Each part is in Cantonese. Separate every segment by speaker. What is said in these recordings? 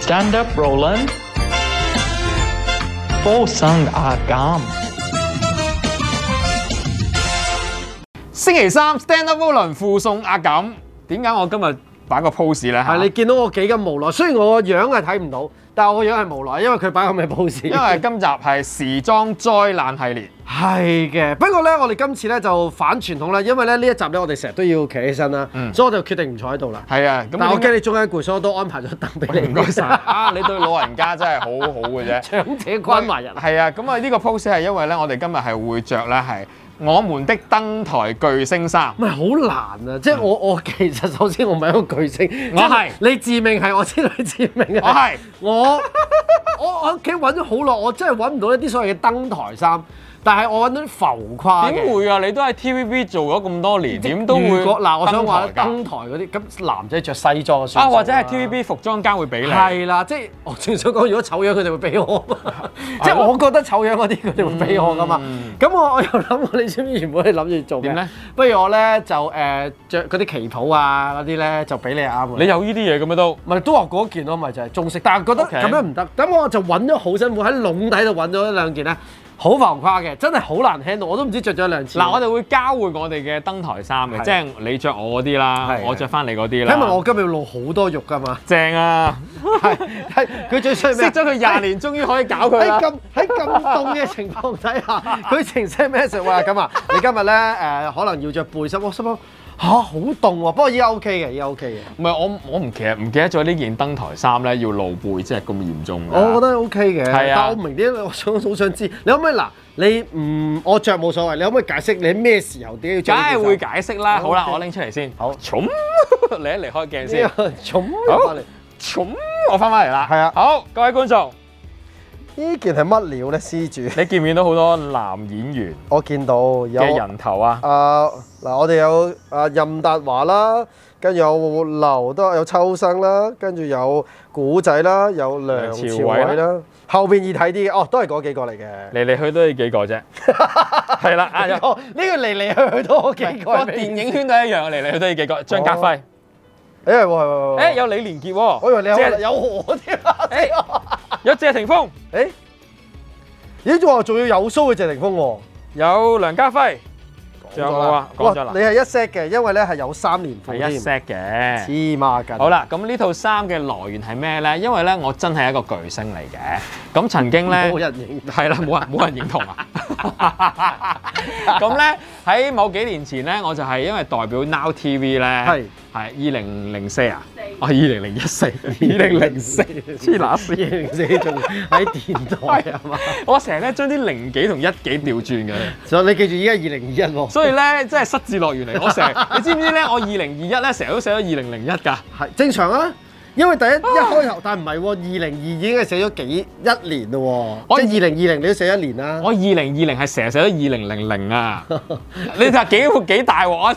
Speaker 1: Stand up, Roland. Phô sân A Cam.
Speaker 2: 星期三 Stand Up Volun 附送阿錦，點解我今日擺個 pose 咧？
Speaker 3: 係你見到我幾咁無奈，雖然我個樣係睇唔到，但係我個樣係無奈，因為佢擺咁嘅 pose。
Speaker 2: 因為今集係時裝災難系列，
Speaker 3: 係嘅，不過咧，我哋今次咧就反傳統啦，因為咧呢一集咧，我哋成日都要企起身啦，所以我就決定唔坐喺度啦。
Speaker 2: 係啊，咁
Speaker 3: 但我
Speaker 2: 點
Speaker 3: 嗯驚你中間攰，所以我都安排咗凳俾
Speaker 2: 解
Speaker 3: 你。
Speaker 2: 唔該晒啊！你對老人家真係好好嘅 啫。
Speaker 3: 長者關懷人。
Speaker 2: 係啊，咁啊呢個 pose 係因為咧，我哋今日係會着咧係我們的登台巨星 衫。
Speaker 3: 唔係好難啊！即係我我其實首先我唔係一個巨星，
Speaker 2: 我係
Speaker 3: 即你致命係我知道你致命係
Speaker 2: 我係
Speaker 3: 我我我屋企揾咗好耐，我真係揾唔到一啲所謂嘅登台衫，但係我揾到啲浮誇嘅。
Speaker 2: 點會啊？你都喺 TVB 做咗咁多年，點都
Speaker 3: 如
Speaker 2: 會
Speaker 3: 果嗱，我想話
Speaker 2: 登台㗎
Speaker 3: 登台嗰啲，咁男仔着西裝
Speaker 2: 啊，或者係 TVB 服裝間會俾你。
Speaker 3: 係啦，即係我正想講，如果醜樣佢哋會俾我 嘛，即係
Speaker 2: 係咯嗯
Speaker 3: 我覺得醜樣嗰啲佢哋會俾我噶嘛。咁我我又諗過，你知唔知原本你諗住做咩
Speaker 2: 點咧？
Speaker 3: 不如我咧就誒著嗰啲旗袍啊嗰啲咧就俾你啊啱喎。
Speaker 2: 你有呢啲嘢嘅咩都？
Speaker 3: 咪都話嗰件咯，咪就係中式，但係覺得
Speaker 2: OK
Speaker 3: 咁樣唔得，咁我就揾咗好辛苦喺籠底度揾咗一兩件咧，好浮誇嘅，真係好難 handle，我都唔知着咗一兩次。
Speaker 2: 嗱，我哋會交換我哋嘅登台衫嘅，
Speaker 3: 係
Speaker 2: 即係你着我嗰啲啦，
Speaker 3: 係
Speaker 2: 我着翻你嗰啲
Speaker 3: 因
Speaker 2: 啦。
Speaker 3: 為我今日要露好多肉㗎嘛，
Speaker 2: 正啊！
Speaker 3: 係係佢最衰
Speaker 2: 識
Speaker 3: 咩？啊
Speaker 2: 咗佢廿年，終於可以搞佢
Speaker 3: 喺
Speaker 2: 啦。
Speaker 3: 咁喺咁凍嘅情況底 下，佢情 send message 話咁啊，你今日咧誒可能要着背心，我心諗吓好凍喎，不過依家 OK 嘅，依家 OK
Speaker 2: 唔
Speaker 3: 嘅，
Speaker 2: 係啊我我唔其實唔記得咗呢件登台衫咧要露背，即係咁嚴重㗎。
Speaker 3: 我覺得 OK 嘅，
Speaker 2: 係啊
Speaker 3: 但我唔明點解，我想好想知，你可唔可以嗱，你唔我着冇所謂，你可唔可以解釋你咩時候點解
Speaker 2: 梗
Speaker 3: 要着？
Speaker 2: 係會解釋啦。
Speaker 3: 好
Speaker 2: 好啦，
Speaker 3: OK
Speaker 2: 我拎出嚟先。
Speaker 3: 好
Speaker 2: 重 你一離開鏡
Speaker 3: 呢
Speaker 2: 先。
Speaker 3: 個 重
Speaker 2: 好
Speaker 3: 翻嚟，
Speaker 2: 重我翻返嚟啦。
Speaker 3: 係啊
Speaker 2: 好，各位觀眾，
Speaker 3: 呢件係乜料咧？施主，
Speaker 2: 你見唔見到好多男演員
Speaker 3: 我見到有
Speaker 2: 嘅人頭啊？
Speaker 3: 啊嗱，我哋有啊任達華啦，跟住有劉都有秋生啦，跟住有古仔啦，有梁朝偉
Speaker 2: 梁朝
Speaker 3: 啦，後邊易睇啲嘅，哦都係嗰幾個嚟嘅。
Speaker 2: 嚟嚟去都係幾 個啫。係啦，啊有
Speaker 3: 呢個呢個嚟嚟去去都嗰幾個
Speaker 2: 個
Speaker 3: 係咩意思，
Speaker 2: 電影圈都一樣，嚟嚟去都係幾個。張家輝，
Speaker 3: 誒係喎係喎，
Speaker 2: 誒有李連杰喎，
Speaker 3: 我以哎為你
Speaker 2: 謝
Speaker 3: 有有我添啊，
Speaker 2: 誒有謝霆鋒，
Speaker 3: 誒咦仲話仲要有須嘅謝霆鋒喎，
Speaker 2: 有梁家輝，仲有冇啊？講咗
Speaker 3: 哇
Speaker 2: 啦
Speaker 3: 你，係一 set 嘅，因為咧係有三年
Speaker 2: 係
Speaker 3: 款
Speaker 2: 一
Speaker 3: 添，
Speaker 2: set 嘅。
Speaker 3: 黐孖筋。
Speaker 2: 好啦，咁呢套衫嘅來源係咩咧？因為咧，我真係一個巨星嚟嘅。咁曾經咧
Speaker 3: 冇，人 認得。
Speaker 2: 係啦，冇人冇人認同 啊。咁咧喺某幾年前咧，我就係因為代表 Now TV 咧，係
Speaker 3: 係
Speaker 2: 係二零零四啊，哦二零零一四，二零零四， 黐乸
Speaker 3: 二
Speaker 2: 線。
Speaker 3: 零四仲喺電台係嘛？
Speaker 2: 我成日咧將啲零幾同一幾調轉嘅，
Speaker 3: 所以你記住，依家二零二一喎，
Speaker 2: 所以咧真係失智樂園嚟。我成日， 你知唔知咧？我二零二一咧成日都寫咗二零零一㗎。
Speaker 3: 係正常啊。因為第一一開頭，但唔係喎，二零二已經係寫咗幾一年咯
Speaker 2: 我
Speaker 3: 喎，即係二零二零你都寫一年啦
Speaker 2: 我。二零二零係成日寫咗二零零零 啊！你睇下幾幾大鑊啊！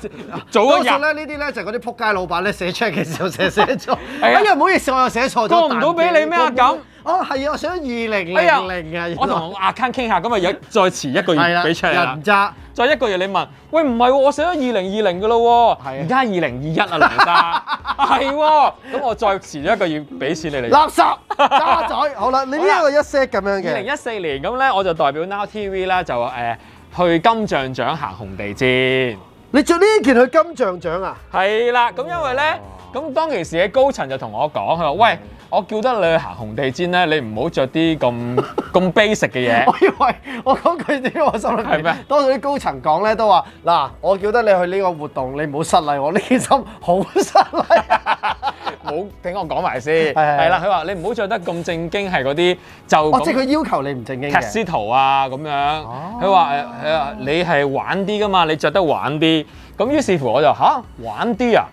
Speaker 2: 早
Speaker 3: 多數
Speaker 2: 一日
Speaker 3: 咧呢啲咧就係嗰啲撲街老闆咧寫 check 嘅時候成日寫 錯，
Speaker 2: 係
Speaker 3: 哎
Speaker 2: 啊
Speaker 3: 呀唔好意思，我又寫錯咗。
Speaker 2: 過唔到俾你咩啊
Speaker 3: 彈機過唔
Speaker 2: 咁
Speaker 3: 到哦係啊，我寫咗二零
Speaker 2: 哎呀
Speaker 3: 零零啊，
Speaker 2: 我同我 account 傾下，咁啊咪有再遲一個
Speaker 3: 原來係
Speaker 2: 月
Speaker 3: 啦，
Speaker 2: 俾出嚟啦
Speaker 3: 人。渣
Speaker 2: 再一個月你問，喂唔係喎，我寫咗二零二零嘅咯喎，
Speaker 3: 係啊
Speaker 2: 而家二零二一啊梁生， 係喎，咁我再遲一個月俾錢你哋。
Speaker 3: 垃圾渣仔，好啦，你呢一個一 set 咁樣
Speaker 2: 二零
Speaker 3: 嘅，
Speaker 2: 一四年咁咧，我就代表 Now TV 咧就誒、呃去金像獎行紅地氈。
Speaker 3: 你着呢件去金像獎啊？
Speaker 2: 係啦，咁因為咧，咁當其時嘅高層就同我講，佢
Speaker 3: 嗯
Speaker 2: 話：喂，我叫得你去行紅地氈咧，你唔好着啲 咁咁 basic 嘅嘢。
Speaker 3: 我以為我講句啲，我心裏
Speaker 2: 係
Speaker 3: 係
Speaker 2: 咩
Speaker 3: 咩？多數啲高層講咧都話：嗱，我叫得你去呢個活動，你唔好失禮我。呢件衫好失 禮。
Speaker 2: 冇聽我講埋先，
Speaker 3: 係係
Speaker 2: 係啦，佢話你唔好着得咁正經，係嗰啲就
Speaker 3: 哦，即係佢哦
Speaker 2: 咁
Speaker 3: 要求你唔 正經
Speaker 2: 劇
Speaker 3: 嘅。
Speaker 2: 師圖啊咁樣。佢話誒誒，你係玩啲噶嘛，你着得玩啲。咁於是乎我就吓玩啲啊！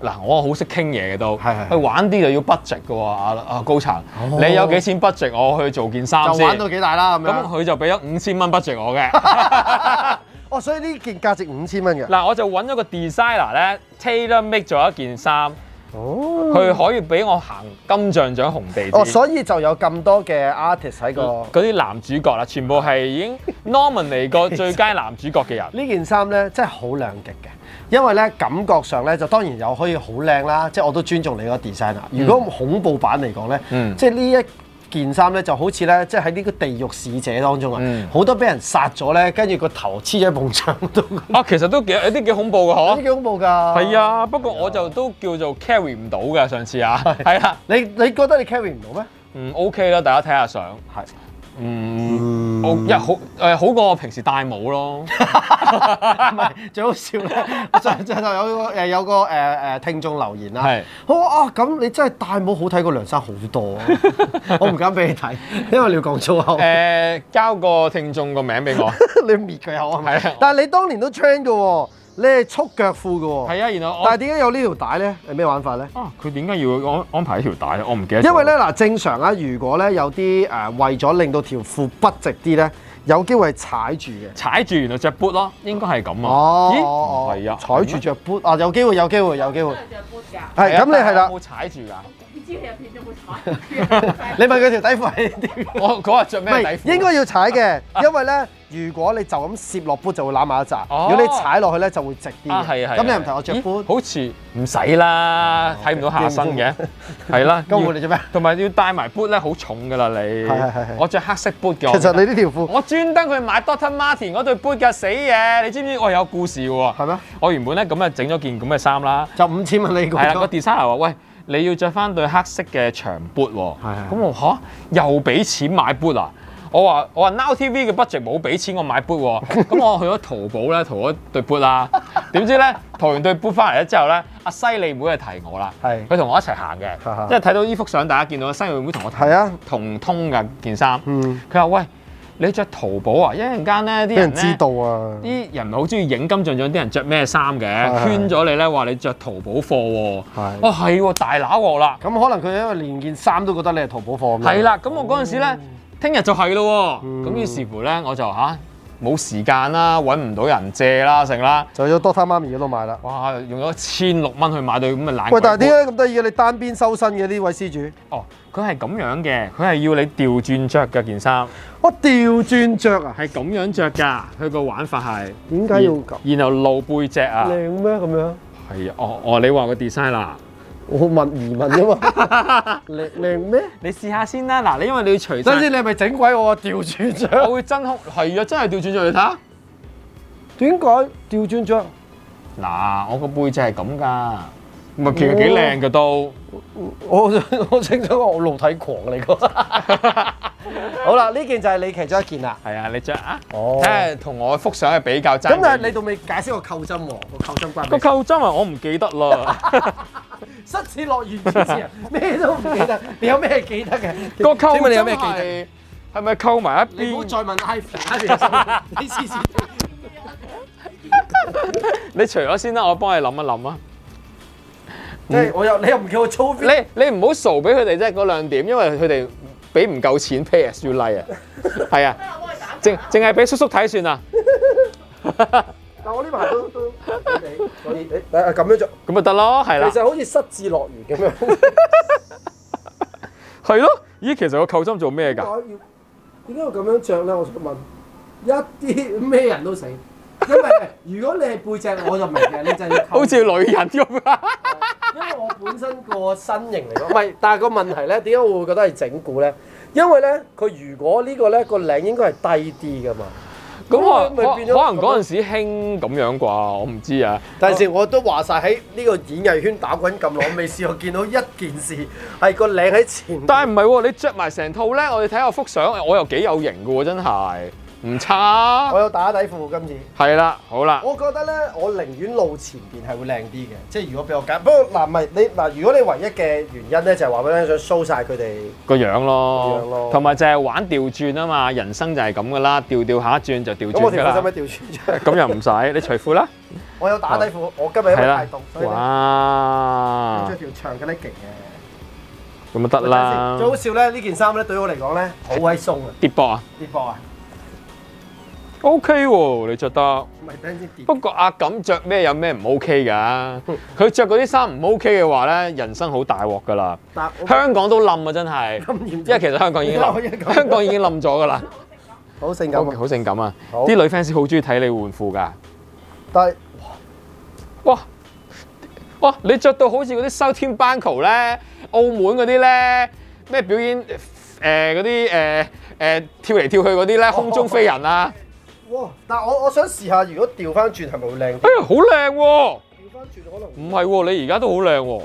Speaker 2: 嗱，我好識傾嘢嘅都，
Speaker 3: 係係係
Speaker 2: 去玩啲就要 budget 嘅喎，啊啊高層，你有幾錢 budget，我去做件衫
Speaker 3: 就
Speaker 2: 先
Speaker 3: 玩。到幾大啦咁
Speaker 2: 咁
Speaker 3: 樣。
Speaker 2: 佢就俾咗五千蚊 budget 我 嘅。
Speaker 3: 哦，所以呢件價值五千蚊嘅。
Speaker 2: 嗱，我就揾咗個 designer 咧，tailor make 咗一件衫。
Speaker 3: 哦。
Speaker 2: 佢可以俾我行金像獎紅地
Speaker 3: 哦，
Speaker 2: 毯。
Speaker 3: 所以就有咁多嘅 artist 喺個
Speaker 2: 嗰啲男主角啦，啊全部係已經 Norman 嚟過最佳男主角嘅 人。
Speaker 3: 呢件衫咧，真係好兩極嘅，因為咧感覺上咧就當然有可以好靚啦，即係我都尊重你個 design 啦。如果恐怖版嚟講咧，
Speaker 2: 嗯
Speaker 3: 即係呢一件衫咧就好似咧，即係喺呢個地獄使者當中啊
Speaker 2: 嗯，
Speaker 3: 好、多俾人殺咗咧，跟住個頭黐咗喺埲牆度，呢
Speaker 2: 啊，其實都幾有啲幾恐怖嘅嗬。
Speaker 3: 幾恐怖㗎。係
Speaker 2: 係，啊，不過我就都叫做 carry 唔到嘅上次 啊，係啦，
Speaker 3: 你你覺得你 carry 唔到咩？
Speaker 2: 嗯 OK 啦，大家睇下相，
Speaker 3: 係，
Speaker 2: 嗯，我一好誒好過我平時戴帽 咯，
Speaker 3: 唔係最 好笑咧，我上上就有個誒有個誒誒聽眾留言啦，
Speaker 2: 係
Speaker 3: 好啊，咁你真係戴帽好睇過梁生好 多啊，我唔敢俾你睇，因為你要講粗口。
Speaker 2: 誒交個聽眾個名俾 我，
Speaker 3: 你滅佢口啊？
Speaker 2: 係啊
Speaker 3: 但係你當年都 train 嘅喎，你係束腳褲嘅喎。
Speaker 2: 係啊，然後我
Speaker 3: 但係點解有呢條帶咧？係咩玩法咧？
Speaker 2: 啊佢點解要安安排一條帶咧？我唔記得咗，
Speaker 3: 因為咧嗱，正常啊，如果咧有啲誒、呃、為咗令到條褲不直啲咧，有機會係踩住嘅。
Speaker 2: 踩住原來着 boot 咯，應該係咁啊，
Speaker 3: 哦，
Speaker 2: 咦唔
Speaker 3: 哦
Speaker 2: 係啊，
Speaker 3: 踩住着 boot 啊，有機會，有機會，有機會。
Speaker 4: 着 boot 㗎，
Speaker 2: 啊
Speaker 3: 係咁，你係啦
Speaker 2: 我，冇踩住㗎，
Speaker 4: 你知佢入邊有冇彩？
Speaker 3: 你問佢條底褲係點？
Speaker 2: 我嗰日着
Speaker 3: 唔
Speaker 2: 咩底
Speaker 3: 係
Speaker 2: 褲？啊
Speaker 3: 應該要踩嘅，因為咧，如果你就咁攝落 boot 就會攬埋一紮，
Speaker 2: 哦
Speaker 3: 如果你踩落去咧就會直啲嘅。
Speaker 2: 啊，係啊，係啊
Speaker 3: 咁你唔提我着
Speaker 2: 咦
Speaker 3: boot，
Speaker 2: 好似唔使啦，睇唔到下身嘅，係啦。
Speaker 3: 咁我
Speaker 2: 要
Speaker 3: 哋做咩？
Speaker 2: 同埋要帶埋 boot 咧，好重噶啦你
Speaker 3: 係係係係。
Speaker 2: 我着黑色 boot 嘅。
Speaker 3: 其實
Speaker 2: 我
Speaker 3: 你呢條褲
Speaker 2: 我專登去買 Doctor Martin 嗰對 boot 嘅死嘢，你知唔知？我有故事喎。
Speaker 3: 係咩？
Speaker 2: 我原本咧咁啊整咗件咁嘅衫啦，
Speaker 3: 就五千蚊你個。
Speaker 2: 係啦，個 designer 話：喂，你要着翻對黑色嘅長 boot 喎。
Speaker 3: 係係
Speaker 2: 咁我吓又俾錢買 boot 啊！我話我話 Now TV 嘅 budget 冇俾錢我買 boot 喎， 咁我去咗淘寶咧淘咗對 boot 啦，點知咧淘完對 boot 翻嚟咧之後咧，阿犀利妹就提我啦，
Speaker 3: 係
Speaker 2: 佢同我一齊行
Speaker 3: 哈哈
Speaker 2: 嘅，即係睇到呢幅相，大家見到犀利妹同我
Speaker 3: 係啊，
Speaker 2: 同通嘅件衫，
Speaker 3: 嗯
Speaker 2: 佢話喂你着淘寶啊，一陣間咧啲
Speaker 3: 俾人
Speaker 2: 人
Speaker 3: 知
Speaker 2: 咧。
Speaker 3: 道啊！
Speaker 2: 啲人好中意影金像獎啲人着咩衫嘅，
Speaker 3: 係
Speaker 2: 圈咗你咧話你着淘寶貨喎，
Speaker 3: 係
Speaker 2: 哦係喎大揦鑊啦，
Speaker 3: 咁可能佢因為連件衫都覺得你係淘寶貨咁樣。
Speaker 2: 係啦，咁我嗰陣時咧，聽日就係咯喎，
Speaker 3: 嗯
Speaker 2: 咁於是乎咧我就吓冇時間啦，揾唔到人借啦，成啦，
Speaker 3: 就去咗 Doctor 媽咪嗰度買啦。
Speaker 2: 哇用咗千六蚊去買對咁嘅冷，
Speaker 3: 喂，但係點？解咁得意嘅？你單邊修身嘅呢位施主，
Speaker 2: 哦，佢係咁樣嘅，佢係要你調轉着嘅件衫，
Speaker 3: 我調轉着啊！
Speaker 2: 係咁樣着㗎，佢個玩法係
Speaker 3: 點解要咁
Speaker 2: 然然後露背脊啊，
Speaker 3: 靚咩咁樣？
Speaker 2: 係啊，哦哦，你話個 design 啦。
Speaker 3: 我問疑問啫嘛，靚靚咩？
Speaker 2: 你試下先啦，嗱，你因為你要除
Speaker 3: 等陣
Speaker 2: 晒，
Speaker 3: 先，你係咪整鬼我啊？調轉着？
Speaker 2: 我會真空，係啊，真係調轉咗你睇下。
Speaker 3: 點解調轉着？
Speaker 2: 嗱，我個背脊係咁噶，唔係其實幾靚噶都。
Speaker 3: 我 我清楚我露體狂 嚟個。好啦，呢件就係你其中一件啦。
Speaker 2: 係啊，你着啊，
Speaker 3: 哦
Speaker 2: 睇下同我幅相嘅比較爭幾遠。
Speaker 3: 咁但係你仲未解釋個扣針喎，個扣針關
Speaker 2: 個
Speaker 3: 咩事？
Speaker 2: 扣針啊，我唔記得 啦。
Speaker 3: 失次樂園 主持人咩都唔記得，你有咩記得嘅？
Speaker 2: 個扣
Speaker 3: 請問你有
Speaker 2: 針
Speaker 3: 咩記得？
Speaker 2: 係係咪扣埋一
Speaker 3: 你唔好
Speaker 2: 邊？
Speaker 3: 再問 Ivy，Ivy 你次次
Speaker 2: 你除咗先啦，我幫你諗一諗啊。
Speaker 3: 即係我又你又唔叫我粗邊，
Speaker 2: 你你唔好傻俾佢哋啫，嗰兩點，因為佢哋俾唔夠錢 pay as you like 啊。 係啊，淨淨係俾叔叔睇算啦。
Speaker 3: 但我呢排都 都所以誒誒咁樣做，
Speaker 2: 咁咪得咯，係啦。
Speaker 3: 其實好似失智樂園咁樣，
Speaker 2: 係咯，咦，其實個扣針做咩
Speaker 3: 點解
Speaker 2: 㗎？
Speaker 3: 要 點解要咁樣着咧？我想問，一啲咩人都死，因為如果你係背脊我就明嘅，你就要 扣
Speaker 2: 好似女人咁啊！
Speaker 3: 因為我本身個身形嚟講， 唔係，但係個問題咧，點解我會覺得係整蠱咧？因為咧，佢如果呢個咧個領應該係低啲噶嘛。
Speaker 2: 咁我
Speaker 3: 咁
Speaker 2: 可
Speaker 3: 咪
Speaker 2: 可
Speaker 3: 變咗
Speaker 2: 能嗰陣時興咁樣啩，我唔知啊。
Speaker 3: 但係先，我都話晒喺呢個演藝圈打滾咁耐，我未試過見到一件事係個領喺前面。
Speaker 2: 但係唔係喎，你着埋成套咧，我哋睇下幅相，我又幾有型嘅喎，真係唔差
Speaker 3: 我。有打底褲今次，
Speaker 2: 係啦，好啦，
Speaker 3: 我覺得咧，我寧願露前邊係會靚啲嘅，即係如果俾我揀。不過嗱，唔係你嗱，如果你唯一嘅原因咧，就係話俾你聽想 show 晒佢哋。
Speaker 2: 個樣
Speaker 3: 個樣咯
Speaker 2: 咯，同埋就係玩調轉啊嘛，人生就係咁噶啦，調調下一轉就調
Speaker 3: 咁
Speaker 2: 轉㗎
Speaker 3: 我條褲使唔
Speaker 2: 啦。
Speaker 3: 使調穿咗？
Speaker 2: 咁又唔使，你除褲 啦，
Speaker 3: 我有打底褲，我今日因為
Speaker 2: 係
Speaker 3: 太
Speaker 2: 啦
Speaker 3: 凍，，所以咧
Speaker 2: 哇
Speaker 3: 着，條長嘅 legging 嘅。
Speaker 2: 咁咪得啦
Speaker 3: 最，好笑咧，呢件衫咧對我嚟講咧好鬼鬆啊，
Speaker 2: 跌波啊！
Speaker 3: 跌波啊！
Speaker 2: O K 喎，你着得。
Speaker 3: 唔係等陣先跌。
Speaker 2: 不過阿錦着咩有咩唔 O K 㗎？佢着嗰啲衫唔 O K 嘅話咧，人生好大鑊㗎啦。
Speaker 3: 但我
Speaker 2: 香港都冧啊，真係。
Speaker 3: 咁嚴重
Speaker 2: 因為其實香港已經
Speaker 3: 你睇我而家
Speaker 2: 冧，
Speaker 3: 咁
Speaker 2: 香港已經冧咗㗎啦。
Speaker 3: 好性感
Speaker 2: 好
Speaker 3: 啊，
Speaker 2: 好性感啊！
Speaker 3: 好
Speaker 2: 啲女 fans 好中意睇你換褲㗎。
Speaker 3: 但係
Speaker 2: 哇哇！你着到好似嗰啲收天班 a 咧，澳門嗰啲咧，咩表演誒嗰啲誒誒跳嚟跳去嗰啲咧，空中飛人啊！
Speaker 3: 哇！但係我我想試下，如果調翻轉係咪會靚
Speaker 2: 哎
Speaker 3: 啲？
Speaker 2: 呀，好靚喎！
Speaker 3: 調翻轉可能
Speaker 2: 唔係喎，你而家都好靚喎。
Speaker 3: 我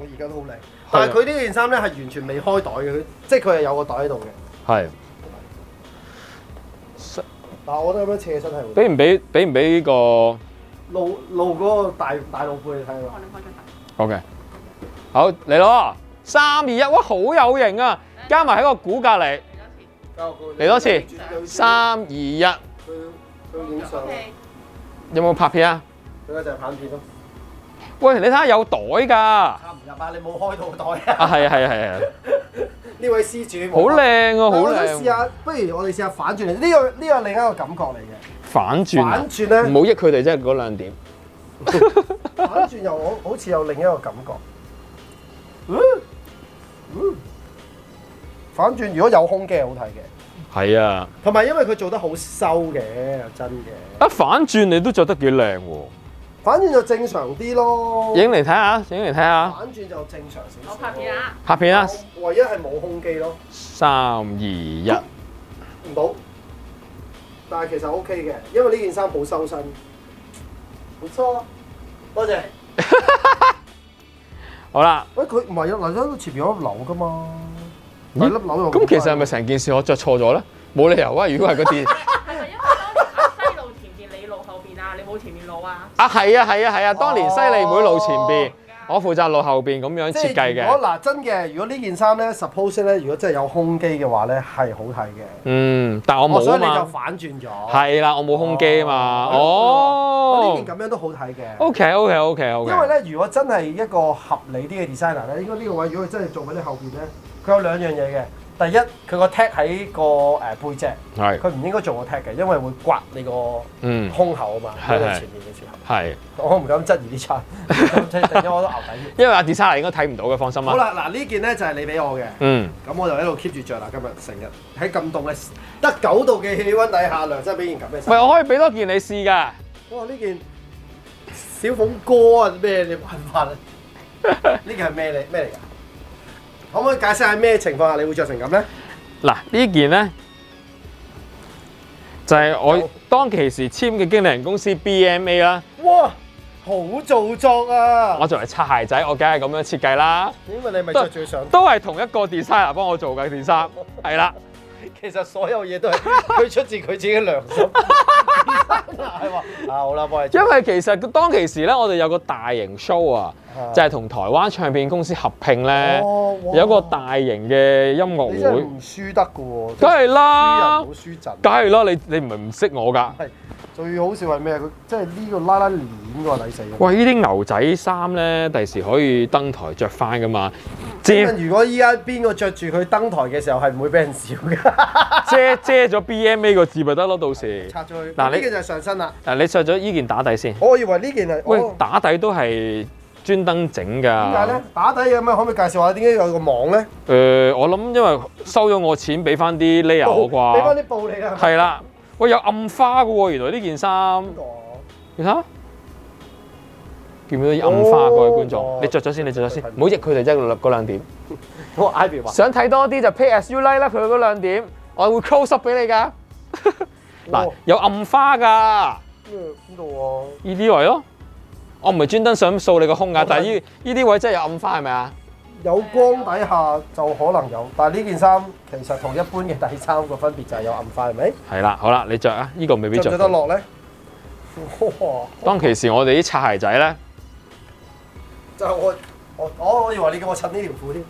Speaker 3: 而家都好靚，但係佢呢件衫咧係完全未開袋嘅，佢即係佢係有個袋喺度嘅。
Speaker 2: 係，
Speaker 3: 但係我覺得咁樣斜身係會
Speaker 2: 俾唔俾俾唔俾呢個
Speaker 3: 露露嗰個大大露背你睇
Speaker 4: 我
Speaker 3: 嘛？
Speaker 4: 哋開咗大。
Speaker 2: ？OK，好嚟咯，三二一，哇，好有型啊！加埋喺個股隔離，
Speaker 4: 嚟多次。
Speaker 2: 嚟多次
Speaker 3: 次
Speaker 2: 三二一，有
Speaker 3: 佢佢影相，
Speaker 4: O K。
Speaker 2: 冇拍片啊？
Speaker 3: 佢就係棒片咯。
Speaker 2: 喂，你睇下有袋㗎，啊
Speaker 3: 插唔入啊！你冇開到袋啊！
Speaker 2: 係啊係啊係啊，
Speaker 3: 呢位施主
Speaker 2: 好靚啊
Speaker 3: 但
Speaker 2: 好
Speaker 3: 我想試
Speaker 2: 靚，
Speaker 3: 下，不如我哋試下反轉嚟，呢個呢個另一個感覺嚟嘅。
Speaker 2: 反轉啊
Speaker 3: 反轉咧
Speaker 2: 唔，好益佢哋啫，嗰兩點。
Speaker 3: 反轉又好好似有另一個感覺。嗯嗯反轉如果有胸肌係好睇嘅，
Speaker 2: 係啊，
Speaker 3: 同埋因為佢做得好收嘅，真嘅。
Speaker 2: 一反轉你都着得幾靚喎，
Speaker 3: 反轉就正常啲咯。
Speaker 2: 影嚟睇下，影嚟睇下，
Speaker 3: 反轉就正常少少。
Speaker 4: 我拍片！啊！
Speaker 2: 拍片啦，
Speaker 3: 唯一係冇胸肌咯，
Speaker 2: 三二一，
Speaker 3: 唔到。但係其實 OK 嘅，因為呢件衫好收身，唔錯。多謝。
Speaker 2: 好啦，
Speaker 3: 喂，佢唔係啊，嗱，喺前面有粒瘤噶嘛？
Speaker 2: 咦
Speaker 3: 係粒瘤又
Speaker 2: 咁其實係咪成件事我着錯咗咧？冇理由啊！如果係嗰啲
Speaker 4: 係咪因為當年阿西路前邊，你路後邊啊？你冇前面路啊？
Speaker 2: 啊，係啊，係啊，係啊，當年犀利妹路前邊，我負責路後邊咁樣
Speaker 3: 即
Speaker 2: 設計
Speaker 3: 如果
Speaker 2: 嘅。
Speaker 3: 嗱真嘅，如果呢件衫咧，suppose 咧，如果真係有胸肌嘅話咧，係好睇嘅。
Speaker 2: 嗯，但我
Speaker 3: 哦
Speaker 2: 冇
Speaker 3: 所
Speaker 2: 啊
Speaker 3: 以你就
Speaker 2: 嘛，
Speaker 3: 反轉咗。
Speaker 2: 係啦，我冇胸肌啊嘛。
Speaker 3: 我呢
Speaker 2: 哦
Speaker 3: 件咁樣都好睇嘅。
Speaker 2: ，OK OK OK
Speaker 3: 因為
Speaker 2: OK，
Speaker 3: 咧，如果真係一個合理啲嘅 designer 咧，應該呢個位如果佢真係做喺你後邊咧，佢有兩樣嘢嘅。第一，佢個 tag 喺個誒背脊，
Speaker 2: 係，
Speaker 3: 佢唔應該做個 tag 嘅，因為會刮你個
Speaker 2: 嗯，
Speaker 3: 胸口啊嘛。
Speaker 2: 係係
Speaker 3: 喺你前面嘅時
Speaker 2: 係，
Speaker 3: 候，我唔敢質 疑啲差，咁即係突然間我都牛 底添。
Speaker 2: 因為阿 designer 應該睇唔到嘅，放心
Speaker 3: 好
Speaker 2: 啦。
Speaker 3: 啦，嗱呢件咧就係你俾我嘅，
Speaker 2: 嗯，
Speaker 3: 咁我就喺度 keep 住着啦。今日成日喺咁凍嘅得九度嘅氣温底下，涼真係俾件咁嘅
Speaker 2: 唔係
Speaker 3: 衫。
Speaker 2: 我可以俾多件你試㗎。
Speaker 3: 哇！呢件小鳳哥啊，咩你辦法啊？呢件係咩嚟？咩嚟㗎？可唔可以解釋下咩情況下你會着成咁咧？
Speaker 2: 嗱呢件咧就係、
Speaker 3: 好
Speaker 2: 我當其時簽嘅經理人公司 BMA 啦，
Speaker 3: 哇！好做作啊
Speaker 2: 我！作為擦鞋仔，我梗係咁樣設計啦，
Speaker 3: 因為你咪着最上，
Speaker 2: 都係同一個 designer 幫我做嘅件衫，係啦，
Speaker 3: 其實所有嘢都 係佢出自佢自己嘅良 心。係話啊，好啦，幫你做
Speaker 2: 因為其實當其時咧，我哋有個大型 show 啊，就係同台灣唱片公司合併咧，
Speaker 3: 哦哇
Speaker 2: 有個大型嘅音樂
Speaker 3: 你真係
Speaker 2: 會，
Speaker 3: 唔輸得㗎喎，
Speaker 2: 梗係啊啦
Speaker 3: 輸人唔好，輸陣。
Speaker 2: 梗係啦，你你唔係唔識我㗎。
Speaker 3: 係最好笑係咩？佢即係呢個拉拉鏈嗰個底細。
Speaker 2: 喂，呢啲牛仔衫咧，第時可以登台着翻噶嘛？
Speaker 3: 請
Speaker 2: 遮
Speaker 3: 問如果依家邊個着住佢登台嘅時候係唔會俾人笑 嘅？
Speaker 2: 遮遮咗 BMA 個字咪得咯，到時。
Speaker 3: 拆咗佢。
Speaker 2: 嗱你
Speaker 3: 呢件就係上身啦。
Speaker 2: 嗱，你着咗依件打底先。
Speaker 3: 我以為呢件係
Speaker 2: 喂啊
Speaker 3: 哦，
Speaker 2: 打底都係專登整㗎。點
Speaker 3: 點解咧？打底咁樣可唔可以介紹下點解有個網咧？
Speaker 2: 誒，呃我諗因為收咗我錢，俾翻哦啲 layer 我
Speaker 3: 哦俾翻
Speaker 2: 啩。
Speaker 3: 啲布你啊啦。
Speaker 2: 啊係啦，喂，有暗花嘅喎，原來呢件衫。
Speaker 3: 哦
Speaker 2: 你睇下，見唔見到啲暗花？啊
Speaker 3: 哦
Speaker 2: 各位觀眾
Speaker 3: 哇，
Speaker 2: 你着咗先，你着咗先，唔好益佢哋啫，嗰兩嗰 兩點。
Speaker 3: 我 Ivy 話
Speaker 2: 想睇多啲就 pay as you like 啦，佢嗰兩點，我會 close up 俾你㗎。嗱
Speaker 3: 哦，
Speaker 2: 有暗花㗎。
Speaker 3: 邊度
Speaker 2: 呢啲位咯。我唔係專登想掃你個胸㗎，但哦係呢呢啲位真係有暗花係咪啊？
Speaker 3: 喎？有光底下就可能有，但係呢件衫其實同一般嘅底衫個分別就係有暗花，係咪？
Speaker 2: 係啦，好啦，你着啊，呢、個未必
Speaker 3: 着唔
Speaker 2: 着
Speaker 3: 着得
Speaker 2: 到。
Speaker 3: 落咧？哇！
Speaker 2: 當其時我哋啲擦鞋仔咧，
Speaker 3: 就係我我我我以為你叫我襯呢條褲添。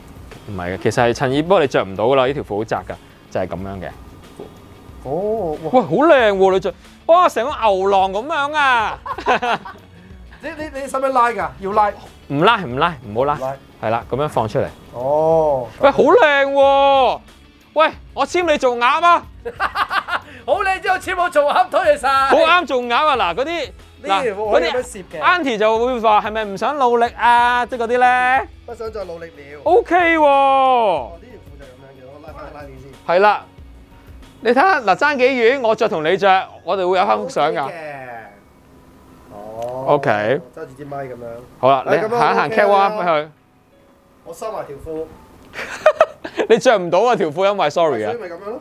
Speaker 2: 唔係嘅，其實係襯衣，不過你着唔到㗎啦，呢條褲好窄㗎，就係、咁樣嘅。
Speaker 3: 哦，哇！
Speaker 2: 喂，好靚喎，你着，哇，成個牛郎咁樣啊！
Speaker 3: 你你你使唔使拉㗎？要拉。
Speaker 2: 唔拉唔拉，唔好拉，
Speaker 3: 拉
Speaker 2: 係啦，咁樣放出嚟。
Speaker 3: 哦。
Speaker 2: 喂，好靚喎！喂，我簽你做鴨啊！
Speaker 5: 好你知我錢冇做啱，多謝晒。
Speaker 2: 好啱做鴨啊！嗱，嗰啲嗱
Speaker 3: 呢我
Speaker 2: 嗰
Speaker 3: 有乜
Speaker 2: 啲啊
Speaker 3: 攝嘅，
Speaker 2: auntie 就會話係咪唔想努力啊？即係嗰啲咧
Speaker 3: 不想再努力了。
Speaker 2: ，OK 喎
Speaker 3: 哦，。呢條褲就係咁樣嘅，我拉翻拉鏈先。
Speaker 2: 係啦，你睇下嗱，爭幾遠，我着同你着，我哋會有翻幅相㗎。
Speaker 3: 嘅。哦。
Speaker 2: OK
Speaker 3: 揸住支咪咁樣，
Speaker 2: 好啦，你
Speaker 3: 喂咁
Speaker 2: 行
Speaker 3: 啊
Speaker 2: 一行
Speaker 3: OK 啦
Speaker 2: catwalk 俾
Speaker 3: 我收埋條褲。
Speaker 2: 佢， 你着唔到啊條褲，因為 sorry 啊
Speaker 3: 所以。咪咁樣咯。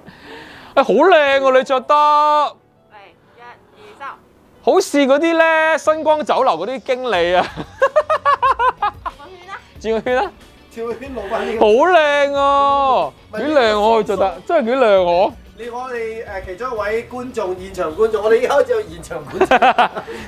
Speaker 2: 誒好靚喎，你着得，好
Speaker 4: 嚟一二三，
Speaker 2: 似嗰啲咧星光酒樓嗰啲經理啊，
Speaker 4: 轉個圈啦。
Speaker 2: 轉個圈啦，
Speaker 3: 跳去邊路翻呢
Speaker 2: 好
Speaker 3: 個？
Speaker 2: 靚啊，
Speaker 3: 咪
Speaker 2: 幾靚我佢着得，真係幾靚啊我，
Speaker 3: 你我哋誒其中一位觀眾，現場觀眾，我哋開始有現場觀眾，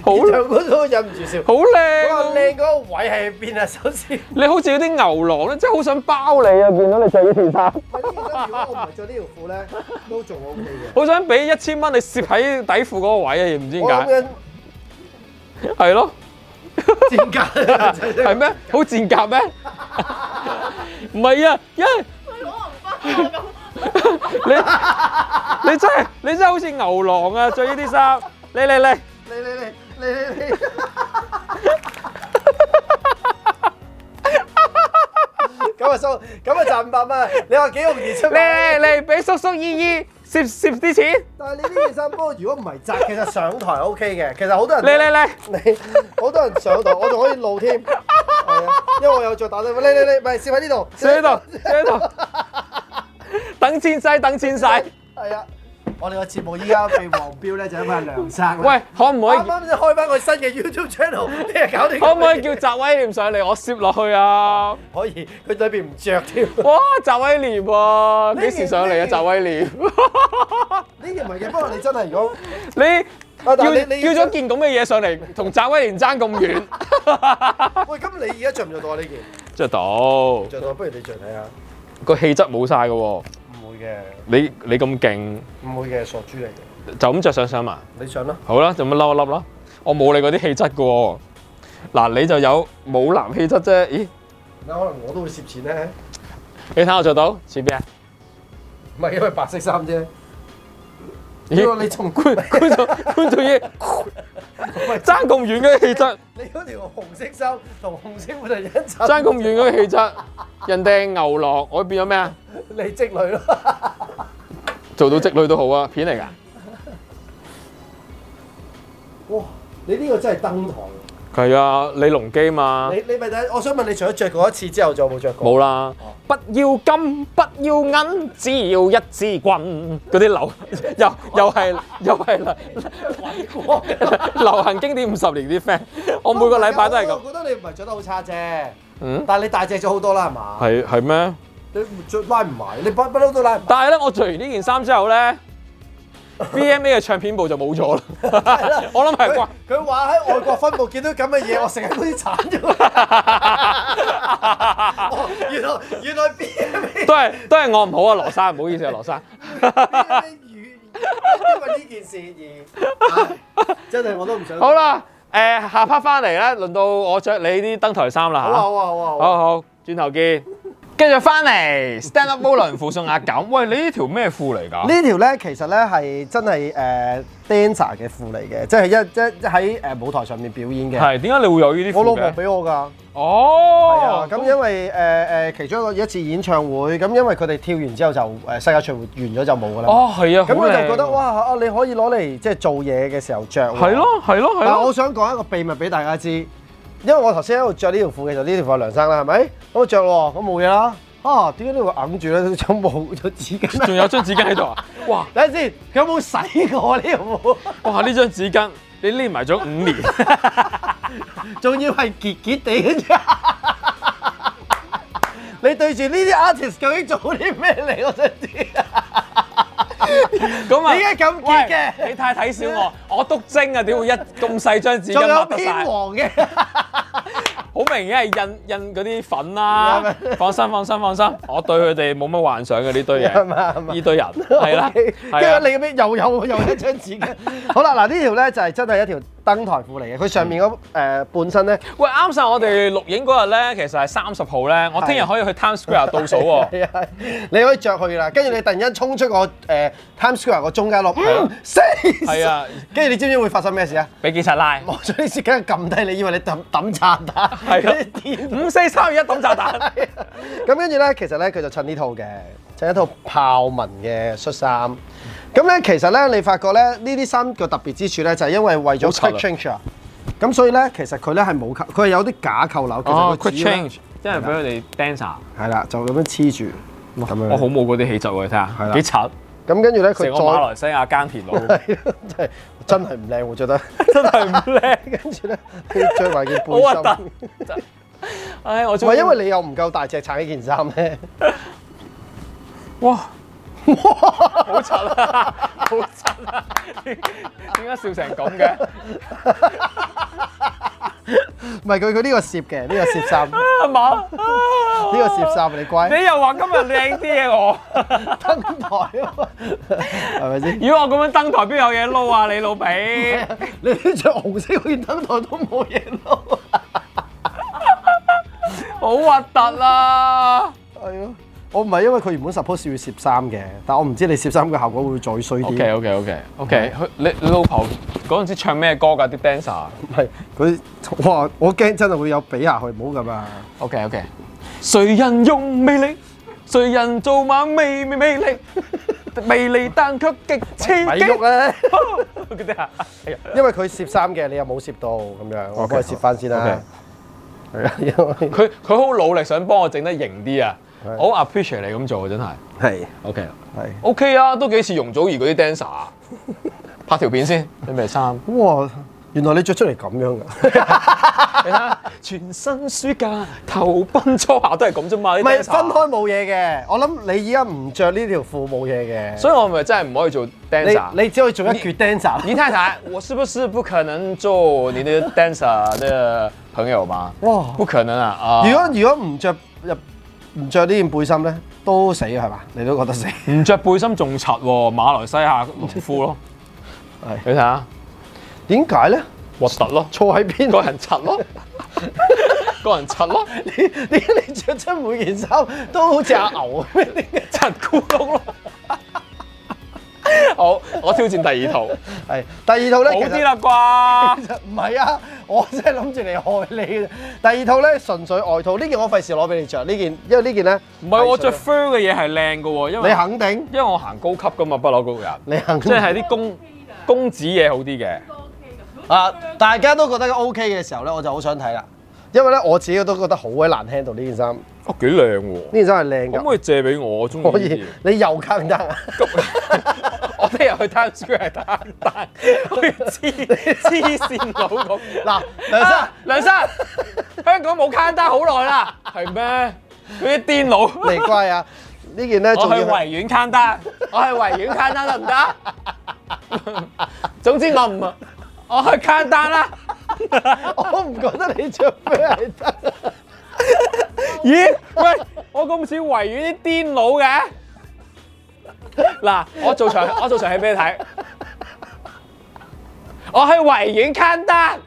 Speaker 2: 好
Speaker 3: 現場觀眾都忍唔住笑。
Speaker 2: 好
Speaker 3: 嗰
Speaker 2: 靚
Speaker 3: 個
Speaker 2: 啊
Speaker 3: 靚嗰個位係邊啊？首先，
Speaker 2: 你好似嗰啲牛郎咧，真係好想包你啊！見到你着呢件衫，
Speaker 3: 如果我唔係着呢條褲咧，都仲 OK 嘅。
Speaker 2: 好想俾一千蚊你攝喺底褲嗰個位啊！唔知點
Speaker 3: 我諗
Speaker 2: 解，
Speaker 3: 緊
Speaker 2: 係咯，
Speaker 3: 點解
Speaker 2: 係咩？好賤格 咩？唔係啊，因為。
Speaker 4: 佢攞紅包咁，
Speaker 2: 你你 真係你真係好似牛郎啊！着呢啲衫，嚟嚟嚟，
Speaker 3: 你你你你你你，咁啊收，咁啊賺五百蚊，你話幾容易出
Speaker 2: 嚟嚟
Speaker 3: 名？
Speaker 2: 嚟，俾叔叔姨姨攝攝啲錢，
Speaker 3: 但係你呢件衫波，如果唔係窄，其實上台 OK 嘅。其實好多人
Speaker 2: 嚟嚟 嚟，
Speaker 3: 你好多人上台，我仲可以露添，係啊，因為我有做打底。你你你，唔係笑喺呢度，
Speaker 2: 坐喺度，坐喺度，等錢使，等錢使。
Speaker 3: 係啊。我哋個節目依家被黃標咧，就因為梁生。
Speaker 2: 喂，，可唔可以
Speaker 3: 啱啊啱先開翻個新嘅 YouTube channel，你係搞掂。
Speaker 2: 可唔可以叫澤威廉上嚟？我攝落去啊！
Speaker 3: 可以，佢裏邊唔着添。
Speaker 2: 哇，澤威廉喎，
Speaker 3: 呢
Speaker 2: 幾時
Speaker 3: 件
Speaker 2: 上嚟啊？
Speaker 3: 呢件
Speaker 2: 澤威廉，
Speaker 3: 呢件唔係嘅，不過你真係如果
Speaker 2: 你
Speaker 3: 啊
Speaker 2: 叫
Speaker 3: 但係你你
Speaker 2: 叫咗件咁嘅嘢上嚟，同澤威廉爭咁遠，
Speaker 3: 喂，咁你而家着唔 着到啊？呢件
Speaker 2: 着到
Speaker 3: 着到，不如你着睇下。
Speaker 2: 個氣質冇晒嘅喎，
Speaker 3: 唔會嘅，
Speaker 2: 你你咁勁。
Speaker 3: 唔會嘅，傻豬嚟嘅。
Speaker 2: 就咁着上上埋，
Speaker 3: 你上啦，
Speaker 2: 好啦，就咁嬲一粒啦。我冇你嗰啲氣質嘅喎，嗱你就有冇男氣質啫？咦，
Speaker 3: 嗱，可能我都會攝錢咧，
Speaker 2: 你睇我着到似邊啊？
Speaker 3: 唔係因為白色衫啫。如果
Speaker 2: 咦，
Speaker 3: 你 從
Speaker 2: 觀觀眾觀眾已經爭咁遠嘅氣質，
Speaker 3: 你嗰條紅色衫同紅色褲就一陣
Speaker 2: 爭咁遠嘅氣質，人哋係牛郎，我變咗咩啊？
Speaker 3: 你積累咯。
Speaker 2: 做到積女都好啊，片嚟㗎。
Speaker 3: 哇！你呢個真係登堂。
Speaker 2: 係啊，李龍基嘛
Speaker 3: 你，你咪睇，我想問你，除咗着過一次之後，仲有冇着過？
Speaker 2: 冇啦。哦不要金，不要銀，只要一支棍。嗰啲流 又又係又係啦。流行經典五十年啲 friend，我每個禮拜都係咁。
Speaker 3: 我覺得你唔係着得好差啫，
Speaker 2: 嗯，
Speaker 3: 但係你大隻咗好多啦，係嘛？
Speaker 2: 係係咩？
Speaker 3: 你着拉唔埋，你不不嬲都拉唔埋。
Speaker 2: 但係咧，我做完呢件衫之後咧，BMA 嘅唱片部就冇咗啦。 我諗係關
Speaker 3: 佢佢話喺外國分部見到咁嘅嘢，我成日都啲鏟咗。哦原來原來 B M
Speaker 2: 都係都係我唔好啊，羅生，唔好意思啊，羅 生。
Speaker 3: A 因為呢件事而唉真係我都唔想。
Speaker 2: 好啦，誒下 part 翻嚟咧，輪到我着你啲登台衫啦
Speaker 3: 好
Speaker 2: 嚇。
Speaker 3: 啊，好啊好啊好啊。
Speaker 2: 好好，轉頭見。跟住翻嚟，stand up Volun 附送壓減。喂，你呢條咩褲嚟㗎？
Speaker 3: 呢條咧其實咧係真係誒 dancer 嘅褲嚟嘅，即係一一一喺誒舞台上面表演嘅。
Speaker 2: 係點解你會有呢啲褲嘅？
Speaker 3: 我老婆俾我㗎，係啊
Speaker 2: 哦，，
Speaker 3: 咁因為誒誒其中一個一次演唱會，咁因為佢哋跳完之後就誒世界巡迴完咗就冇㗎啦。
Speaker 2: 哦係啊，
Speaker 3: 咁我
Speaker 2: 好
Speaker 3: 就
Speaker 2: 靚
Speaker 3: 覺得，哇啊，你可以攞嚟即係做嘢嘅時候着喎。
Speaker 2: 係咯係咯係
Speaker 3: 但我
Speaker 2: 咯，
Speaker 3: 想講一個秘密俾大家知，因為我頭先喺度着呢條褲嘅時候，呢條褲係梁生啦，係咪？咁我着喎，咁冇嘢啦。啊，點解呢度揞住咧？都張冇咗紙巾。
Speaker 2: 仲有張紙巾 喺度啊！哇
Speaker 3: 等陣先，佢有冇洗過呢條 褲？
Speaker 2: 哇，呢張紙巾你匿埋咗五年，
Speaker 3: 仲要係結結地嘅啫。 你對住呢啲 artist 究竟做啲咩嚟？我想知。
Speaker 2: 咁啊
Speaker 3: 點解咁結嘅
Speaker 2: 喂你太睇小我，我篤精啊！點會一咁細張紙
Speaker 3: 仲
Speaker 2: 巾
Speaker 3: 有
Speaker 2: 抹得
Speaker 3: 偏
Speaker 2: 晒？
Speaker 3: 黃嘅。
Speaker 2: 好明顯係印印嗰啲粉啦。
Speaker 3: 啊
Speaker 2: 放心放心放心，我對佢哋冇乜幻想嘅呢堆
Speaker 3: 係
Speaker 2: 嘢，
Speaker 3: 嘛係嘛
Speaker 2: 呢堆人 係啦
Speaker 3: OK，
Speaker 2: 係啊
Speaker 3: 跟住你咁樣又有又一張紙 嘅。好啦，嗱呢條咧就係真係一條登台褲嚟嘅，佢上面嗰誒半身咧
Speaker 2: 喂，啱晒我哋錄影嗰日咧，其實係三十號咧，我聽日可以去 Times Square 倒數喎。
Speaker 3: 係啊，你可以着佢啦。跟住你突然間衝出個誒 Times Square 個中間落，嗯死！
Speaker 2: 係
Speaker 3: 係
Speaker 2: 啊，
Speaker 3: 跟住你知唔知會發生咩事啊？
Speaker 2: 俾警察拉。
Speaker 3: 望咗啲時間撳低你，以為你抌抌炸彈，
Speaker 2: 係啊
Speaker 3: 你癲
Speaker 2: 五四三二一抌炸彈。
Speaker 3: 咁跟住咧，其實咧佢就襯呢套嘅，襯一套豹紋嘅恤衫。咁咧其實咧，你發覺咧呢啲衫嘅特別之處咧，就係因為為咗
Speaker 2: 好襯
Speaker 3: quick change 啊。咁所以咧，其實佢咧係冇扣，佢係有啲假扣 鈕。其實
Speaker 2: 哦
Speaker 3: 佢
Speaker 2: ，quick
Speaker 3: 只要呢
Speaker 2: change，即係俾佢哋 dancer。
Speaker 3: 係啦，就咁樣黐住咁樣。
Speaker 2: 我好冇嗰啲氣質喎，你睇
Speaker 3: 係
Speaker 2: 下
Speaker 3: 啦
Speaker 2: 幾柒，
Speaker 3: 咁跟住咧，
Speaker 2: 成個馬
Speaker 3: 佢
Speaker 2: 來西亞耕田佬，
Speaker 3: 再係咯真係 真係唔靚喎，着得。
Speaker 2: 真係唔靚，
Speaker 3: 跟住咧，佢着埋件背
Speaker 2: 好核
Speaker 3: 心。
Speaker 2: 突。真唉，我
Speaker 3: 唔
Speaker 2: 仲
Speaker 3: 係因為你又唔夠大隻撐呢件衫咧。
Speaker 2: 哇，好柒啊，好柒啊，點點解笑成咁嘅？
Speaker 3: 唔係佢佢呢個攝嘅，呢個攝衫，呢
Speaker 2: 阿馬，
Speaker 3: 個攝衫你乖。
Speaker 2: 你又話今日靚啲嘅我，
Speaker 3: 登台啊嘛，係咪先？
Speaker 2: 如果我咁樣登台，邊有嘢撈啊？你老味！
Speaker 3: 你着紅色嗰件登台都冇嘢咯。
Speaker 2: 好核突啊！
Speaker 3: 係咯，我唔係因為佢原本 suppose 要攝衫嘅，但我唔知你攝衫嘅效果會再衰啲。
Speaker 2: OK OK OK OK，佢你你老婆嗰陣時唱咩歌㗎？啲 dancer。
Speaker 3: 唔係佢，哇！我驚真係會有比下去，唔好咁啊！
Speaker 2: OK OK。誰人用魅力？誰人做馬魅魅魅 力？魅力但卻極刺
Speaker 3: 咪
Speaker 2: 激。
Speaker 3: 喐啦，
Speaker 2: 嗰啲啊，係啊
Speaker 3: 因為佢攝衫嘅，你又冇攝到咁樣，我幫你攝翻先啦。係啊，因為
Speaker 2: 佢佢好努力想幫我整得型啲啊！
Speaker 3: 係
Speaker 2: 我好 appreciate 你咁做啊，真係。
Speaker 3: 係
Speaker 2: OK
Speaker 3: 係。
Speaker 2: OK 啊，都幾似容祖兒嗰啲 dancer 啊。拍條片先，你咩 衫？
Speaker 3: 哇！原來你着出嚟咁樣㗎，
Speaker 2: 你睇下，全身暑假頭奔初夏都係咁啫嘛。
Speaker 3: 唔
Speaker 2: 唔
Speaker 3: 係分開冇嘢嘅。我諗你依家唔着呢條褲冇嘢嘅，
Speaker 2: 所以我咪真係唔可以做 dancer。
Speaker 3: 你你只可以做一橛 dancer。
Speaker 2: 你太太，我是不是不可能做你的 dancer 的朋友嘛？
Speaker 3: 哇
Speaker 2: 不可能啊！啊
Speaker 3: 如果如果唔着入唔着呢件背心咧，都死啊，係嘛？你都覺得 死？
Speaker 2: 唔着背心仲柒喎，馬來西亞農夫咯，
Speaker 3: 係
Speaker 2: 你睇下
Speaker 3: 點解咧？
Speaker 2: 核突咯，
Speaker 3: 錯喺邊？
Speaker 2: 個人柒 咯，個人柒咯，
Speaker 3: 點點解你着出每件衫都好似阿牛咁樣？點解
Speaker 2: 柒咕窿咯。 好，我挑戰第二套，
Speaker 3: 係第二套咧，
Speaker 2: 好
Speaker 3: 其
Speaker 2: 啲
Speaker 3: 實
Speaker 2: 啦啩
Speaker 3: 其實唔係啊，我真係諗住嚟害你嘅。第二套咧純粹外套，呢件我費事攞俾你着。呢件因為呢件咧，
Speaker 2: 唔係我着
Speaker 3: 係
Speaker 2: fur 嘅嘢係靚嘅喎，因
Speaker 3: 你
Speaker 2: 為
Speaker 3: 肯定，
Speaker 2: 因為我行高級噶嘛，不嬲高人，
Speaker 3: 你肯
Speaker 2: 即
Speaker 3: 定
Speaker 2: 係啲公公子嘢好啲嘅。
Speaker 4: 都 OK 㗎。
Speaker 3: 啊！大家都覺得 O K 嘅時候咧，我就好想睇啦。因為咧我自己都覺得好鬼難 handle 呢件衫，呢
Speaker 2: 哦，幾靚喎！
Speaker 3: 件衫係靚
Speaker 2: 可唔可
Speaker 3: 㗎，
Speaker 2: 以借俾我？我嗯中意呢
Speaker 3: 可以
Speaker 2: 啲。
Speaker 3: 你又坑得啊！
Speaker 2: 我聽日去 Times Square 打單， 好似黐黐線佬咁。
Speaker 3: 嗱，梁生
Speaker 2: 啊，梁生，香港冇卡單好耐啦，係咩？嗰啲癲佬，
Speaker 3: 你乖啊！呢件咧
Speaker 2: 我
Speaker 3: 仲
Speaker 2: 去
Speaker 3: 要係
Speaker 2: 維園卡單，我去維園卡單得唔得？ 總之我唔，我去卡單啦。
Speaker 3: 我唔覺得你着咩哎係得，
Speaker 2: 咦？喂，我咁似維園啲癲佬嘅？嗱，我做場我做場戲俾你睇，我去維園 can 單，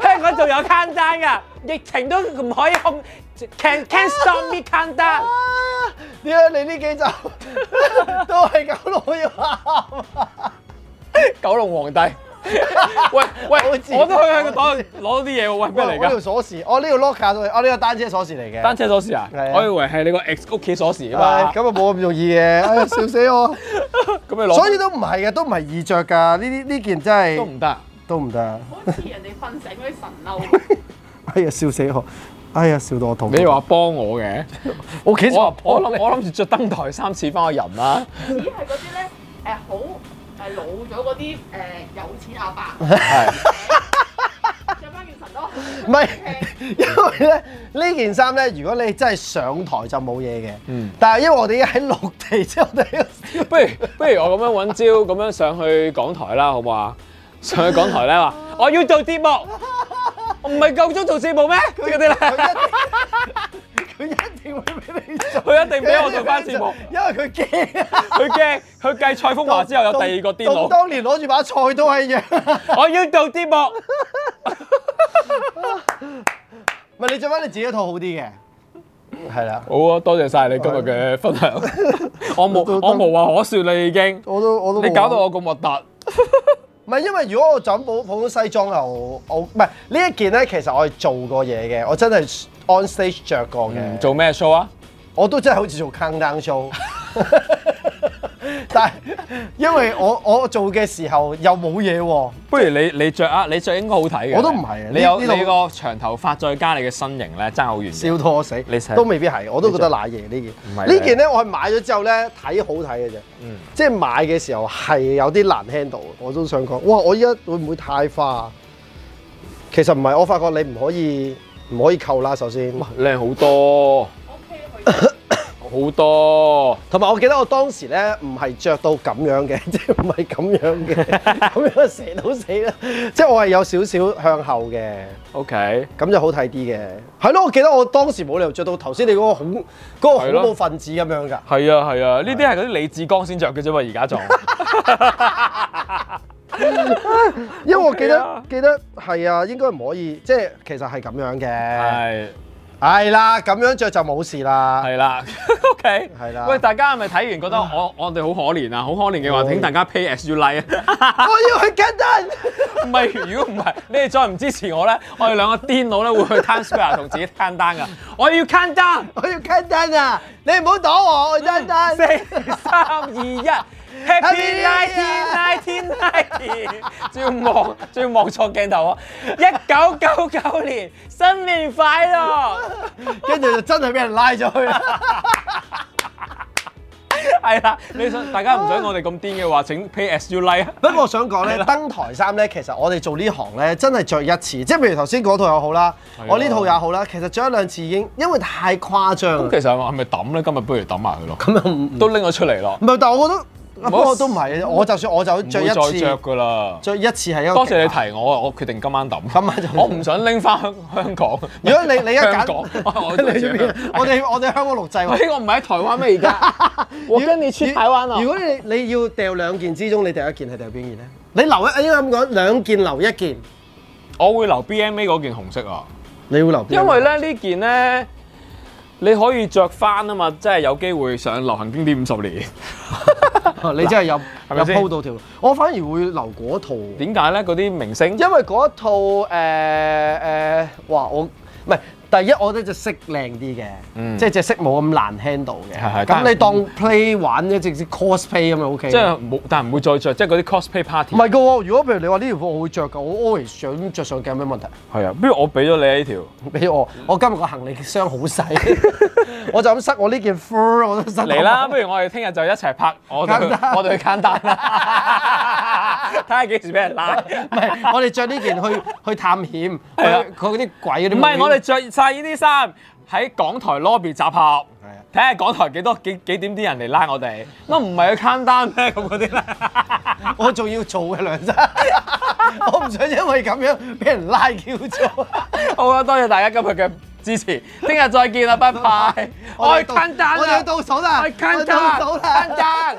Speaker 2: 香港仲有 can 單噶，疫情都唔可以控，can can stop me can 單。
Speaker 3: 點解你呢 幾集都係搞到我要喊啊？
Speaker 2: 九龍皇帝，喂喂
Speaker 3: 好似，
Speaker 2: 我都去喺個袋度攞啲嘢喎，喂咩嚟
Speaker 3: 我條
Speaker 2: 㗎？
Speaker 3: 鎖匙，我呢條 locker 都係，我呢個單車鎖匙嚟嘅。
Speaker 2: 單車鎖匙啊
Speaker 3: 係啊？
Speaker 2: 我以為係你個 ex 屋企鎖匙
Speaker 3: 唉
Speaker 2: 啊嘛，
Speaker 3: 咁啊冇咁容易嘅，哎呀笑死我！
Speaker 2: 咁你攞
Speaker 3: 所以都唔係嘅，都唔係易着㗎。呢啲呢件真
Speaker 2: 都
Speaker 3: 係
Speaker 2: 唔得。
Speaker 3: 都唔得，啊
Speaker 4: 好似人哋瞓醒嗰啲神嬲。
Speaker 3: 哎呀笑死我！哎呀笑到我肚。
Speaker 2: 你話幫我嘅，
Speaker 3: 我幾時話
Speaker 2: 我我
Speaker 3: 破
Speaker 2: 諗我諗住着登台衫似翻個人啦，
Speaker 4: 只係嗰啲咧誒好誒老咗嗰啲誒有錢阿伯，着翻件神褸，
Speaker 3: 唔係， 因為咧呢件衫咧，如果你真係上台就冇嘢嘅。
Speaker 2: 嗯
Speaker 3: 但係因為我哋而家喺陸地之後，我哋要
Speaker 2: 不如不如我咁樣揾招 咁樣上去港台啦，好唔好啊？上去港台咧話，我要做節目，我唔係夠鐘做節目 咩？即係嗰啲咧，
Speaker 3: 佢一定會俾你做。
Speaker 2: 佢一定俾我做翻節目。
Speaker 3: 因為佢驚。
Speaker 2: 佢驚，佢繼蔡風華之後有第二個癲
Speaker 3: 同
Speaker 2: 佬，
Speaker 3: 當年攞住把菜刀係一樣。
Speaker 2: 我要做節目。
Speaker 3: 唔係你着翻你自己一套好啲嘅。係啦，
Speaker 2: 好啊，多謝晒你今日嘅分享。啊 我冇
Speaker 3: 都都
Speaker 2: 我無話可説啦已經，
Speaker 3: 我都我都冇
Speaker 2: 你搞到我咁核突。
Speaker 3: 唔係因為如果我就咁普普通西裝又我唔係呢一件咧，其實我係做過嘢嘅，我真係 on stage 着過嘅。
Speaker 2: 嗯，做咩 show 啊？
Speaker 3: 我都真係好似做 countdown show，但係因為我我做嘅時候又冇嘢喎，
Speaker 2: 不如你你著啊，你着應該好睇嘅。
Speaker 3: 我都唔係啊
Speaker 2: 你有
Speaker 3: 呢呢度
Speaker 2: 你個長頭髮再加你嘅身形咧，爭好遠嘅。
Speaker 3: 笑到我死
Speaker 2: 你睇，
Speaker 3: 都未必係，我都覺得賴嘢呢件。
Speaker 2: 唔係嗯
Speaker 3: 呢件咧，我係買咗之後咧睇好睇嘅啫，即係買嘅時候係有啲難 handle 嘅。我都想講，哇！我依家會唔會太花？啊其實唔係，我發覺你唔可以唔可以扣啦，首先。
Speaker 2: 靚好多，
Speaker 4: OK 佢
Speaker 2: 好多。
Speaker 3: 同埋我記得我當時咧唔係着到咁樣嘅， 即係唔係咁樣嘅， 咁樣射到死啦！即係我係有少少向後嘅，
Speaker 2: OK，
Speaker 3: 咁就好睇啲嘅。係咯，我記得我當時冇理由着到頭先你嗰個恐
Speaker 2: 係
Speaker 3: 嗰、個
Speaker 2: 咯
Speaker 3: 恐怖分子咁樣㗎。
Speaker 2: 係啊係啊，呢啲係嗰啲李志剛先着嘅啫嘛，而家 仲
Speaker 3: 因為我記得、
Speaker 2: OK 啊
Speaker 3: 記得係啊，應該唔可以，即係其實係咁樣嘅。
Speaker 2: 係
Speaker 3: 係啦，咁樣着就冇事啦。
Speaker 2: 係啦 ，OK
Speaker 3: 係啦
Speaker 2: 喂，大家係咪睇完覺得 我我哋好可憐啊？好可憐嘅話，
Speaker 3: 可憐
Speaker 2: 請大家 pay as you like 啊！
Speaker 3: 我要去 get done。
Speaker 2: 唔係，如果唔係，你哋再唔支持我咧，我哋兩個癲佬咧會去 Times Square 同自己 count down 噶。我要 count down，
Speaker 3: 我要 get done 啊！你唔好擋我，我 get done。
Speaker 2: 四三二一，Happy
Speaker 3: Happy
Speaker 2: Nineteen Nineteen Nineteen，仲要望仲要望錯鏡頭啊！一九九九年，新年快樂！
Speaker 3: 跟住就真係俾人拉咗去啦。
Speaker 2: 係啦，你想大家唔想我哋咁癲嘅話，請 pay as you like 啊！
Speaker 3: 不過我想講咧，登台衫咧，其實我哋做呢行咧，真係着一次，即係譬如頭先嗰套又好啦，
Speaker 2: 啊
Speaker 3: 我呢套也好啦，其實着一兩次已經，因為太誇張
Speaker 2: 咁
Speaker 3: 啦
Speaker 2: 其。實係咪抌咧？今日不如抌埋佢咯，
Speaker 3: 咁又唔
Speaker 2: 都拎咗出嚟咯，
Speaker 3: 唔係，但係我覺得，
Speaker 2: 好
Speaker 3: 不過都唔係，我就算我就
Speaker 2: 唔
Speaker 3: 着
Speaker 2: 會
Speaker 3: 一
Speaker 2: 再着
Speaker 3: 次，
Speaker 2: 噶啦。
Speaker 3: 着一次係一個
Speaker 2: 多謝你
Speaker 3: 極限。
Speaker 2: 提我啊，我決定今晚抌。
Speaker 3: 今晚就
Speaker 2: 我唔想拎翻香港。
Speaker 3: 如果你你一
Speaker 2: 香
Speaker 3: 揀，
Speaker 2: 港，我 我
Speaker 3: 你去邊我哋我哋香港 錄製喎。
Speaker 2: 喂我唔係喺台灣咩？而家 我跟你去台灣啊！
Speaker 3: 如果你你要掉兩件之中，你掉一件係掉邊件咧？你留一應該咁講，兩件留一件，
Speaker 2: 我會留 BMA 嗰件紅色啊，
Speaker 3: 你會留邊？
Speaker 2: 因為咧呢件咧你可以着翻啊嘛，即係有機會上流行經典五十年。
Speaker 3: 啊你真係有
Speaker 2: 係
Speaker 3: 有
Speaker 2: 咪先
Speaker 3: 鋪到條路，我反而會留嗰套。
Speaker 2: 點解咧？嗰啲明星
Speaker 3: 因為嗰一套誒誒、呃呃哇！我唔係第一，我覺得隻色靚啲嘅，
Speaker 2: 嗯
Speaker 3: 即係隻色冇咁難 handle
Speaker 2: 係係
Speaker 3: 嘅。
Speaker 2: 但
Speaker 3: 咁你當 play 玩一隻 cosplay 咁咪 OK 嘅。
Speaker 2: 即係冇，但係唔會再着，即係嗰啲 cosplay
Speaker 3: 唔
Speaker 2: party。
Speaker 3: 係嘅喎？如果譬如你話呢條褲我會着㗎，我 always 想着上鏡，有咩問題？
Speaker 2: 係啊，不如我俾咗你呢條。
Speaker 3: 俾我，
Speaker 2: 嗯
Speaker 3: 我今日個行李箱好細， 我就咁塞我呢件 fur 我都塞
Speaker 2: 嚟 啦，不如我哋聽日就一齊拍我哋去
Speaker 3: 簡單
Speaker 2: 我哋去簡單 啦，睇下幾時俾人拉。
Speaker 3: 唔係，我哋着呢件去去探險，去
Speaker 2: 係啊
Speaker 3: 佢嗰啲鬼嗰啲。
Speaker 2: 唔係，我哋着晒呢啲衫喺港台 lobby 集合，睇下港台幾多幾幾點啲人嚟拉我哋。乜唔係去 count down 咩咁嗰啲咧？
Speaker 3: 我仲要做嘅梁生， 我唔想因為咁樣俾人拉 Q 咗。
Speaker 2: 好啊，多謝大家今日嘅支持，聽日再見啦，拜拜。我去 count down
Speaker 3: 我哋要
Speaker 2: 啦，
Speaker 3: 倒數啦，
Speaker 2: 我去 count
Speaker 3: 我哋要倒
Speaker 2: down
Speaker 3: 數啦
Speaker 2: count。down。